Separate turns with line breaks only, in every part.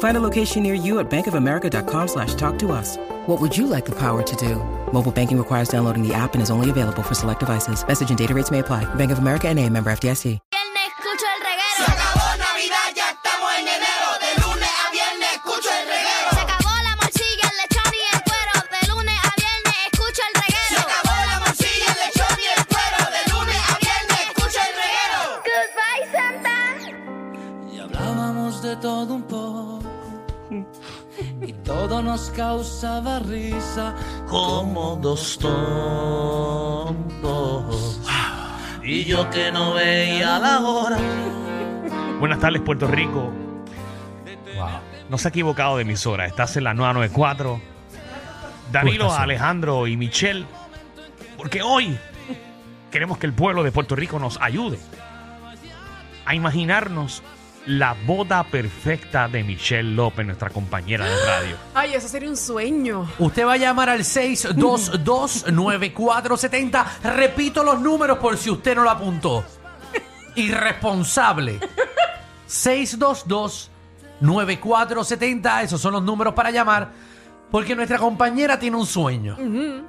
Find a location near you at bankofamerica.com slash talk to us. What would you like the power to do? Mobile banking requires downloading the app and is only available for select devices. Message and data rates may apply. Bank of America and a member FDIC.
Viernes escucho el
Se
reguero.
acabó Navidad, ya estamos en enero. De lunes a viernes escucho el reguero.
Se acabó la morcilla, el lechón y el cuero. De lunes a viernes escucho el
Se
reguero.
acabó la morcilla, el lechón y el cuero. De lunes a viernes escucho el reguero.
Goodbye, Santa.
Y hablábamos de todo un poco. Y todo nos causaba risa como dos tontos. Y yo que no veía la hora.
Buenas tardes, Puerto Rico. No se ha equivocado de emisora. Estás en la 994. Danilo, Alejandro y Michelle. Porque hoy queremos que el pueblo de Puerto Rico nos ayude a imaginarnos la boda perfecta de Michelle López, nuestra compañera de radio.
Ay, eso sería un sueño.
Usted va a llamar al 622-9470. Repito los números por si usted no lo apuntó. Irresponsable. 622-9470. Esos son los números para llamar. Porque nuestra compañera tiene un sueño.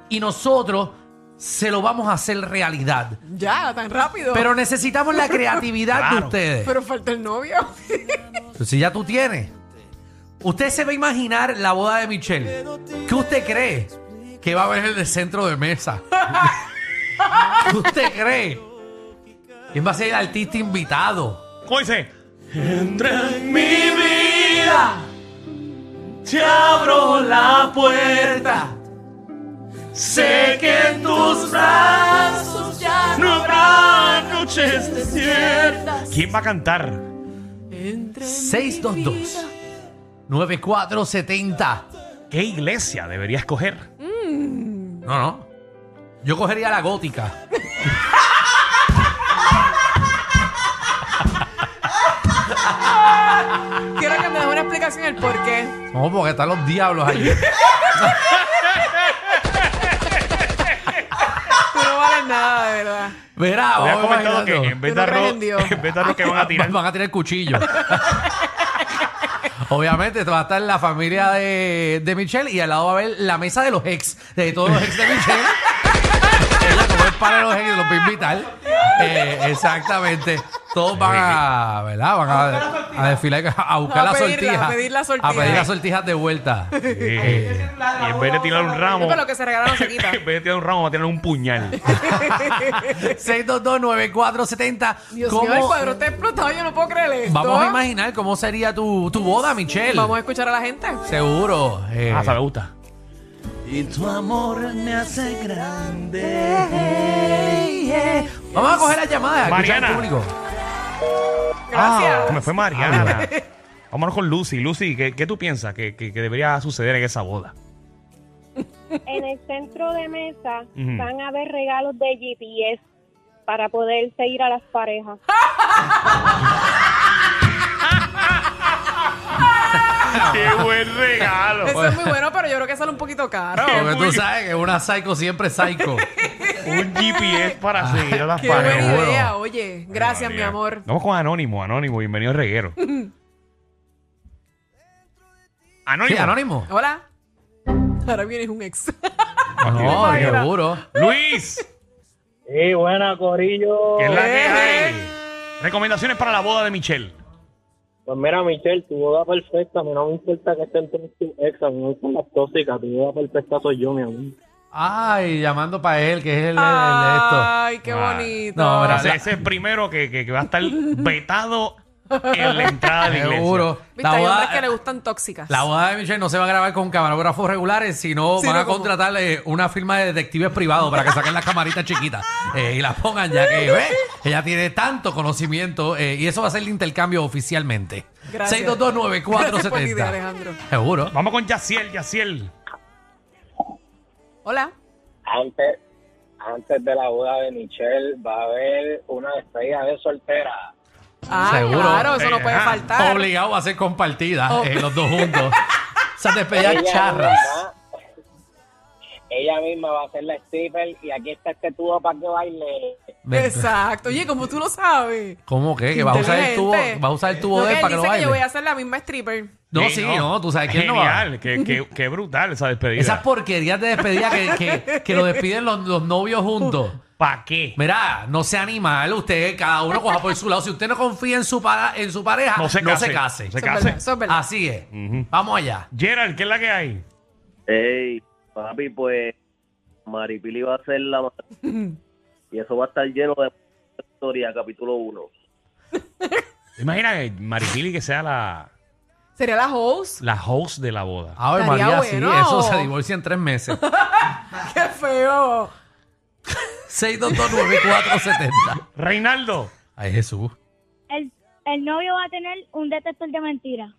Y nosotros se lo vamos a hacer realidad.
Ya, tan rápido.
Pero necesitamos la creatividad de
Claro.
ustedes.
Pero falta el novio.
Pero si ya tú tienes. Usted se va a imaginar la boda de Michelle. ¿Qué usted cree que va a haber en el centro de mesa? ¿Qué usted cree? ¿Quién va a ser el artista invitado?
¿Cómo dice?
Mi vida, te abro la puerta. Sé que en tus brazos ya no habrá noches
¿Quién va a cantar?
622 9470
¿Qué iglesia debería escoger?
No, no. Yo cogería la gótica.
Quiero que me des una explicación del por qué.
No, porque están los diablos allí.
Tú no vales nada, de verdad.
Verá,
Había
vamos
comentado que
imaginando.
en vez
Tú
de
no crees
arroz,
en Dios.
en vez de arroz que van a tirar,
Van a tirar cuchillo. Obviamente, esto va a estar la familia de, de Michelle y al lado va a haber la mesa de los ex, de todos los ex de Michelle. Ella, como es para los ex, los va a invitar. Eh, exactamente. Todos van a, ¿verdad? Van a, a desfilar, a buscar
A
la
pedirla,
sortija.
a pedir la sortija.
A pedir las sortijas de vuelta.
eh, y en vez de tirar un
Sí,
ramo,
pero lo que se regala no se quita.
en vez de tirar un ramo, va a tirar un puñal.
6229470.
Dios
¿Cómo-
mío, el cuadro está explotado. Yo no puedo creer esto.
Vamos a imaginar cómo sería tu, tu boda, Michelle.
Vamos a escuchar a la gente.
Seguro. eh,
Ah, esa me gusta.
Y tu amor me hace grande.
Vamos a coger las llamadas. escucha al
Mariana.
público.
Gracias.
Se Ah, me fue Mariana. Vámonos con Lucy. Lucy, ¿qué, qué tú piensas que, que- que debería suceder en esa boda?
En el centro de mesa
Ujú.
van a haber regalos de GPS para poder seguir a las parejas.
Ah,
¡Qué buen regalo!
Eso es pues muy bueno, pero yo creo que sale un poquito caro.
Porque tú sabes que una psycho siempre es psycho.
Un GPS para seguir a las
Qué buena
parejas.
idea, oye. Gracias, mi amor.
Vamos con Anónimo, Anónimo. Bienvenido al reguero.
Sí,
Anónimo.
anónimo.
Hola. Ahora vienes un ex.
No, seguro.
Luis,
Sí, buena, Corillo.
¿qué es la que
Eh.
hay? Recomendaciones para la boda de Michelle.
Pues mira, Michelle, tu boda perfecta. A mí no me importa que estén todos tus ex, a mí no me importa las tóxicas. Tu boda perfecta soy yo, mi amor.
Ay, llamando para él, que es el, el- el-
Ay, qué
Ah,
bonito.
no, mira,
O sea,
la-
ese es el primero que, que- que va a estar vetado en la entrada de la
esto.
iglesia.
Seguro.
Viste,
La
hay hombres que le
boda, eh,
gustan tóxicas.
la boda de Michelle no se va a grabar con camarógrafos regulares, sino
Sí,
van
no,
a
como-
contratarle una firma de detectives privados para que saquen las camaritas chiquitas eh, y las pongan ya que ve, ella tiene tanto conocimiento eh, y eso va a ser el intercambio oficialmente.
Gracias. Gracias por la idea,
6229470.
Alejandro.
Seguro.
Vamos con Yaciel, Yaciel.
Hola.
Antes, antes de la boda de Michelle va a haber una despedida de soltera.
Ah,
Seguro.
claro, eso no
Eh,
puede
ah,
faltar.
Obligado a ser compartida
Oh.
eh, los dos juntos. Esas despedidas charras.
misma- ella misma va a hacer la stripper y aquí está este tubo para que baile.
Me-
Exacto. Oye, como tú lo sabes.
¿Cómo Eh, que? Que vas a usar el tubo,
Inteligente.
vas a usar el tubo
No,
de él
él
para que
dice
lo
que yo voy
baile.
a hacer la misma stripper.
No,
Ey,
sí, no, tú sabes quién no va.
Genial, qué, qué- qué brutal esa despedida.
Esas porquerías de despedida que, que, que lo despiden los, los novios juntos.
¿Para qué?
Mira, no sea animal, usted, cada uno coja por su lado. Si usted no confía en su, para- en su pareja,
No se case.
case.
Se
Eso es
case.
verdad, eso es verdad.
Así es. Vamos allá.
Gerald, ¿qué es la que hay?
Ey, papi, pues Maripili va a ser la madre. y eso va a estar lleno de historia, capítulo 1.
Imagina que Maripili que sea la,
Sería la host.
la host de la boda.
A ver,
Estaría
María, sí,
bueno.
eso se divorcia en tres meses.
Qué feo.
6229470.
Reinaldo.
Ay, Jesús.
El, el novio va a tener un detector de mentiras.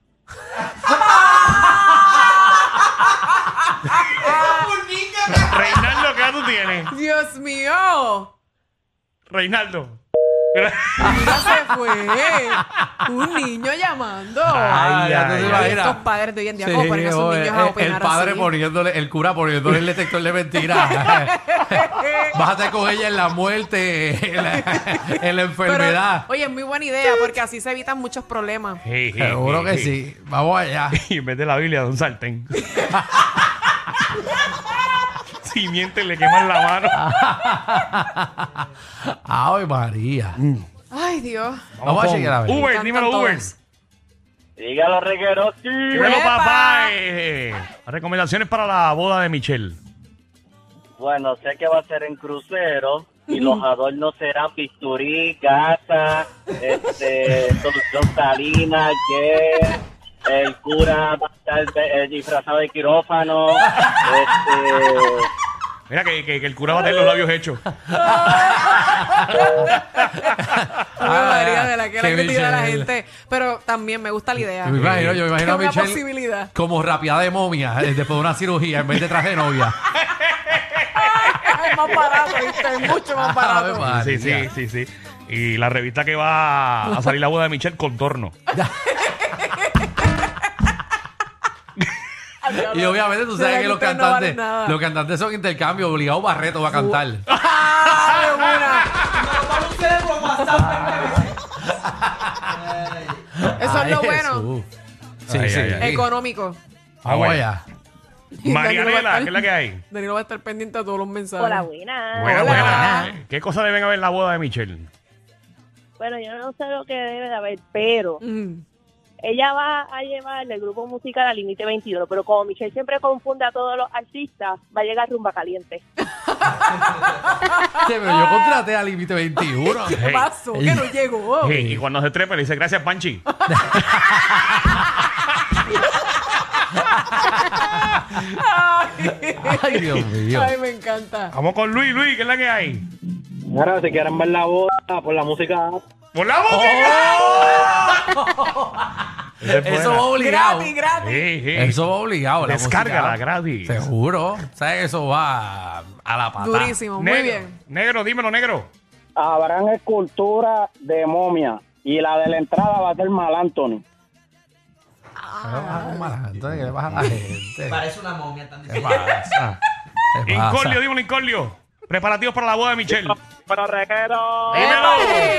Reinaldo, ¿qué edad tú tienes?
Dios mío.
Reinaldo.
Ya se fue. Un niño llamando.
Ah, ya tú
ay,
te
ay.
imaginas.
Estos padres de hoy en día,
Sí,
¿cómo ponen a sus
oye,
niños a
el-
opinar
El padre
así?
poniéndole, el cura poniéndole el detector de mentiras.
Eh,
Bájate con ella en la muerte, en la, en
Pero,
la enfermedad.
oye, es muy buena idea porque así se evitan muchos problemas.
Hey, hey,
Seguro
hey,
que
hey.
sí. Vamos allá.
Y en vez de la Biblia, de un sartén. si miente, le queman la mano.
Ay, María.
Ay, Dios.
Vamos a
Mm. con
llegar a ver.
Uber,
Cantan
dímelo, Uber.
todos.
Dígalo, regueros.
Dímelo,
¡Epa!
papá. Eh, recomendaciones para la boda de Michelle.
Bueno, sé que va a ser en crucero y los adornos serán bisturí, gasa, este, solución salina, gel, el cura va a estar de- eh, disfrazado de quirófano, este,
Mira que, que- que el cura va a tener los labios hechos.
Ay, María, de la que la
Ah, Qué
que tira la
Michelle.
gente. Pero también me gusta la idea.
Yo me imagino, yo me imagino a
Qué buena
Michelle
posibilidad.
como rapeada de momia eh, después de una cirugía en vez de traje de novia.
Es más barato, ¿viste? Es mucho más
Ave
barato.
María.
Sí, sí, sí, sí. Y la revista que va a salir la boda de Michelle, Contorno.
Y obviamente tú sabes
Será
que los
ustedes no
cantantes,
valen nada.
los cantantes son intercambio, obligado Barreto va a cantar.
Ah,
pues.
de buena. Eso es lo
Ay,
bueno.
Jesús. Sí,
Ay,
sí.
ay, ay.
Económico.
Vamos
Ah,
allá.
Danilo va a
Marianela,
estar-
¿qué es la que hay?
Danilo va a estar pendiente a todos los mensajes.
Hola, buenas.
Buena,
Hola.
buena. ¿Qué cosas deben haber en la boda de Michelle?
Bueno, yo no sé lo que debe de haber, pero
Mm.
ella va a llevar el grupo musical al límite 22, pero como Michelle siempre confunde a todos los artistas, va a llegar rumba caliente.
Sí, pero yo contraté al límite 21.
¿Qué
Hey.
pasó? Que no llegó.
Sí, Y cuando se trepa le dice, gracias, Panchi.
Ay.
Ay, Dios mío.
Ay, me encanta.
Vamos con Luis, Luis, ¿qué es la que hay?
Ahora, si quieren ver la boda por la música,
¡Por la boca! Ese es
Oh. Eso va
buena.
obligado.
Gratis, gratis.
Sí, sí.
Eso va obligado. la
Descárgala
música.
gratis.
Seguro. ¿Sabes que eso va a la patada?
Durísimo, muy
Negro,
bien.
Negro, dímelo, negro.
habrán escultura de momia y la de la entrada va a ser Mal Anthony.
Ah, mala gente, ¿Qué le pasa a la gente? Parece una momia también. ¿Qué pasa? ¿Qué pasa?
Incordio, dímelo, Incordio. Preparativos para la boda de Michelle.
Pero reguero,
Dímelo.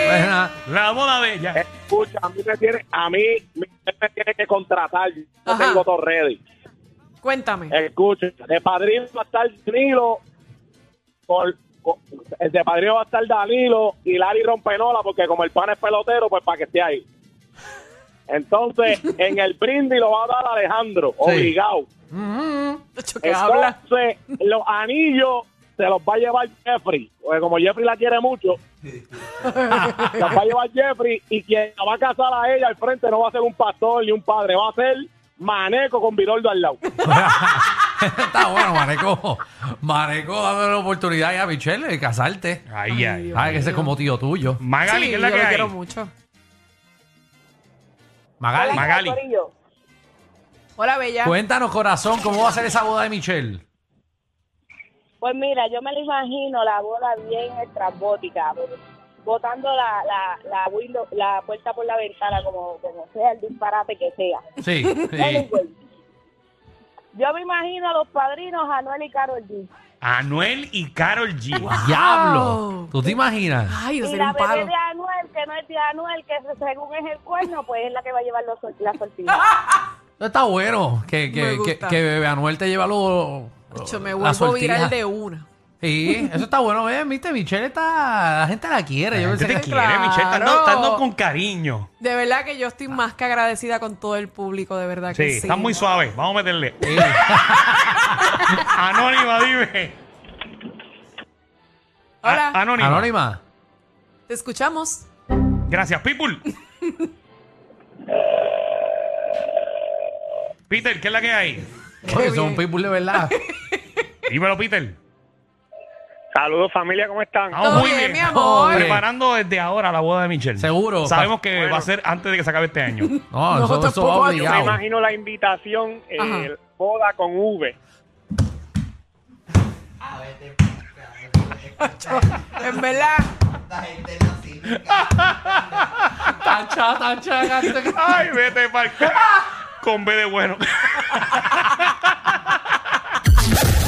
Buena.
La boda de ella.
escucha, a mí me tiene, a mí me tiene que contratar, yo
Ajá.
tengo todo ready.
Cuéntame.
Eh,
Escuchen, de padrino va a estar Danilo, por, co- el de padrino va a estar Danilo y Lari Rompenola, porque como el pan es pelotero, pues para que esté ahí. Entonces, en el brindis lo va a dar Alejandro, obligado.
¿Qué habla?
Entonces, los anillos se los va a llevar Jeffrey. Porque como Jeffrey la quiere mucho, los va a llevar Jeffrey y quien la va a casar a ella al frente no va a ser un pastor ni un padre, va a ser Maneco con Viroldo al lado.
Está bueno, Mareco. Mareco dándole la oportunidad ya a Michelle de casarte.
Ay, ay.
Ay, que ese es como tío tuyo.
Magali, ¿qué es la que hay?
mucho.
Magali,
Magali.
Hola, Bella.
Cuéntanos, corazón, ¿cómo va a ser esa boda de Michelle?
Pues mira, yo me la imagino la boda bien estrambótica, botando la, la, la, window- la puerta por la ventana, como, como sea el disparate que sea.
Sí, sí.
Anyway, yo me imagino a los padrinos Anuel y Carol G.
Anuel y Carol G.
¡Diablo! ¿Tú te imaginas?
Ay, yo
Y
soy
la
un
bebé
palo.
de Anuel, que no es de Anuel, que se- según es el cuerno, pues es la que va a llevar los, sor- la sortija.
Está bueno que, que,
Me
que,
gusta.
que Bebé Anuel te lleva los.
Yo me
la
vuelvo
sortija.
viral de una.
Sí, eso está bueno, ¿ves? Viste, Michelle está. La gente la quiere. Yo
La gente
pensé
te
que-
quiere, Michelle. Estás
Claro.
dando- estás dando con cariño.
De verdad que yo estoy más que agradecida con todo el público, de verdad
Ah. Sí,
que sí.
estás muy suave. Vamos a meterle.
Sí.
Anónima, dime.
Hola.
A- Anónima.
Anónima.
ah.
Te escuchamos.
Gracias, people. Peter, ¿qué es la que hay?
Porque son people de verdad.
Dímelo, Peter.
Saludos familia, ¿cómo están?
Vamos
Todo
muy
bien,
bien.
mi amor.
Preparando desde ahora la boda de Michelle.
Seguro.
Sabemos que
Bueno.
va a ser antes de que se acabe este año.
No,
No,
eso, eso va
tampoco
Yo me
obligado.
imagino la invitación, eh,
Ajá.
boda con V.
En verdad.
Tacha, tacha, tacha.
Ay, vete, pa'l- Con B de bueno.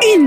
En